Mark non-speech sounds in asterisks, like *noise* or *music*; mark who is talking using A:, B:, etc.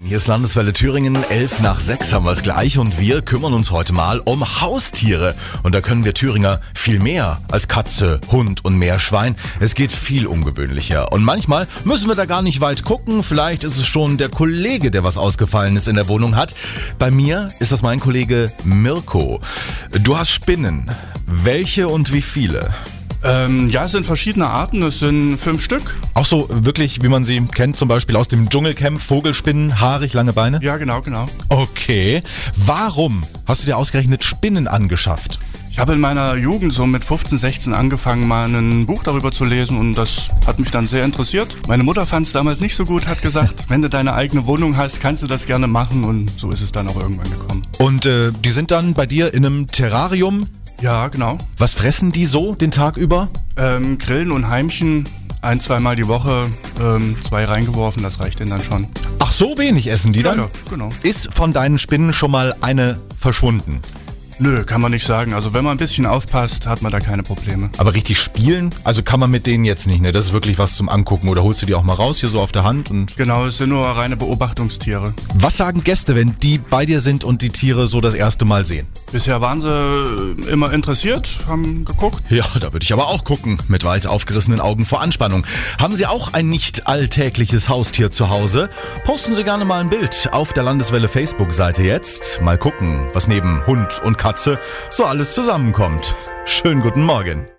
A: Hier ist Landeswelle Thüringen, 11 nach 6 haben wir es gleich und wir kümmern uns heute mal um Haustiere. Und da können wir Thüringer viel mehr als Katze, Hund und Meerschwein. Es geht viel ungewöhnlicher. Und manchmal müssen wir da gar nicht weit gucken. Vielleicht ist es schon der Kollege, der was Ausgefallenes in der Wohnung hat. Bei mir ist das mein Kollege Mirko. Du hast Spinnen. Welche und wie viele?
B: Ähm, ja, es sind verschiedene Arten. Es sind fünf Stück.
A: Auch so wirklich, wie man sie kennt, zum Beispiel aus dem Dschungelcamp, Vogelspinnen, haarig, lange Beine?
B: Ja, genau, genau.
A: Okay. Warum hast du dir ausgerechnet Spinnen angeschafft?
B: Ich habe in meiner Jugend so mit 15, 16 angefangen, mal ein Buch darüber zu lesen und das hat mich dann sehr interessiert. Meine Mutter fand es damals nicht so gut, hat gesagt, *laughs* wenn du deine eigene Wohnung hast, kannst du das gerne machen und so ist es dann auch irgendwann gekommen.
A: Und äh, die sind dann bei dir in einem Terrarium.
B: Ja, genau.
A: Was fressen die so den Tag über?
B: Ähm, Grillen und Heimchen ein, zweimal die Woche, ähm, zwei reingeworfen, das reicht denen dann schon.
A: Ach, so wenig essen die dann?
B: Ja, ja, genau.
A: Ist von deinen Spinnen schon mal eine verschwunden?
B: Nö, kann man nicht sagen. Also wenn man ein bisschen aufpasst, hat man da keine Probleme.
A: Aber richtig spielen? Also kann man mit denen jetzt nicht, ne? Das ist wirklich was zum Angucken. Oder holst du die auch mal raus, hier so auf der Hand? Und
B: Genau, es sind nur reine Beobachtungstiere.
A: was sagen Gäste, wenn die bei dir sind und die Tiere so das erste Mal sehen?
B: Bisher waren sie äh, immer interessiert, haben geguckt.
A: Ja, da würde ich aber auch gucken, mit weit aufgerissenen Augen vor Anspannung. Haben Sie auch ein nicht alltägliches Haustier zu Hause? Posten Sie gerne mal ein Bild auf der Landeswelle Facebook-Seite jetzt. Mal gucken, was neben Hund und Katze so alles zusammenkommt. Schönen guten Morgen.